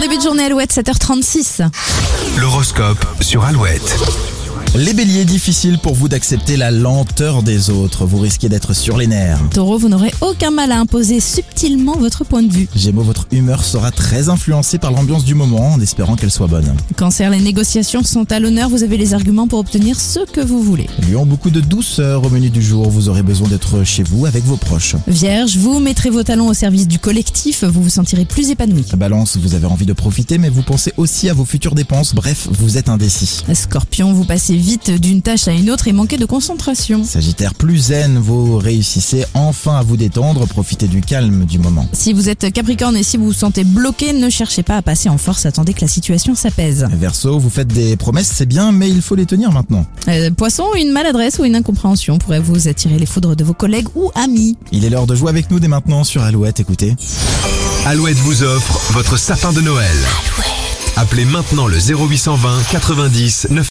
début de journée Alouette, 7h36. L'horoscope sur Alouette. Les béliers, difficile pour vous d'accepter la lenteur des autres. Vous risquez d'être sur les nerfs. Taureau, vous n'aurez aucun mal à imposer subtilement votre point de vue. Gémeaux, votre humeur sera très influencée par l'ambiance du moment en espérant qu'elle soit bonne. Cancer, les négociations sont à l'honneur, vous avez les arguments pour obtenir ce que vous voulez. Lion, beaucoup de douceur au menu du jour. Vous aurez besoin d'être chez vous avec vos proches. Vierge, vous mettrez vos talents au service du collectif, vous vous sentirez plus épanoui. Balance, vous avez envie de profiter mais vous pensez aussi à vos futures dépenses. Bref, vous êtes indécis. Scorpion, vous passez vite d'une tâche à une autre et manquez de concentration. Sagittaire, plus zen, vous réussissez enfin à vous détendre. Profitez du calme du moment. Si vous êtes Capricorne et si vous vous sentez bloqué, ne cherchez pas à passer en force, attendez que la situation s'apaise. Verseau, vous faites des promesses, c'est bien, mais il faut les tenir maintenant. Euh, poisson, une maladresse ou une incompréhension pourrait vous attirer les foudres de vos collègues ou amis. Il est l'heure de jouer avec nous dès maintenant sur Alouette, écoutez. Alouette vous offre votre sapin de Noël. Appelez maintenant le 0820 90 9.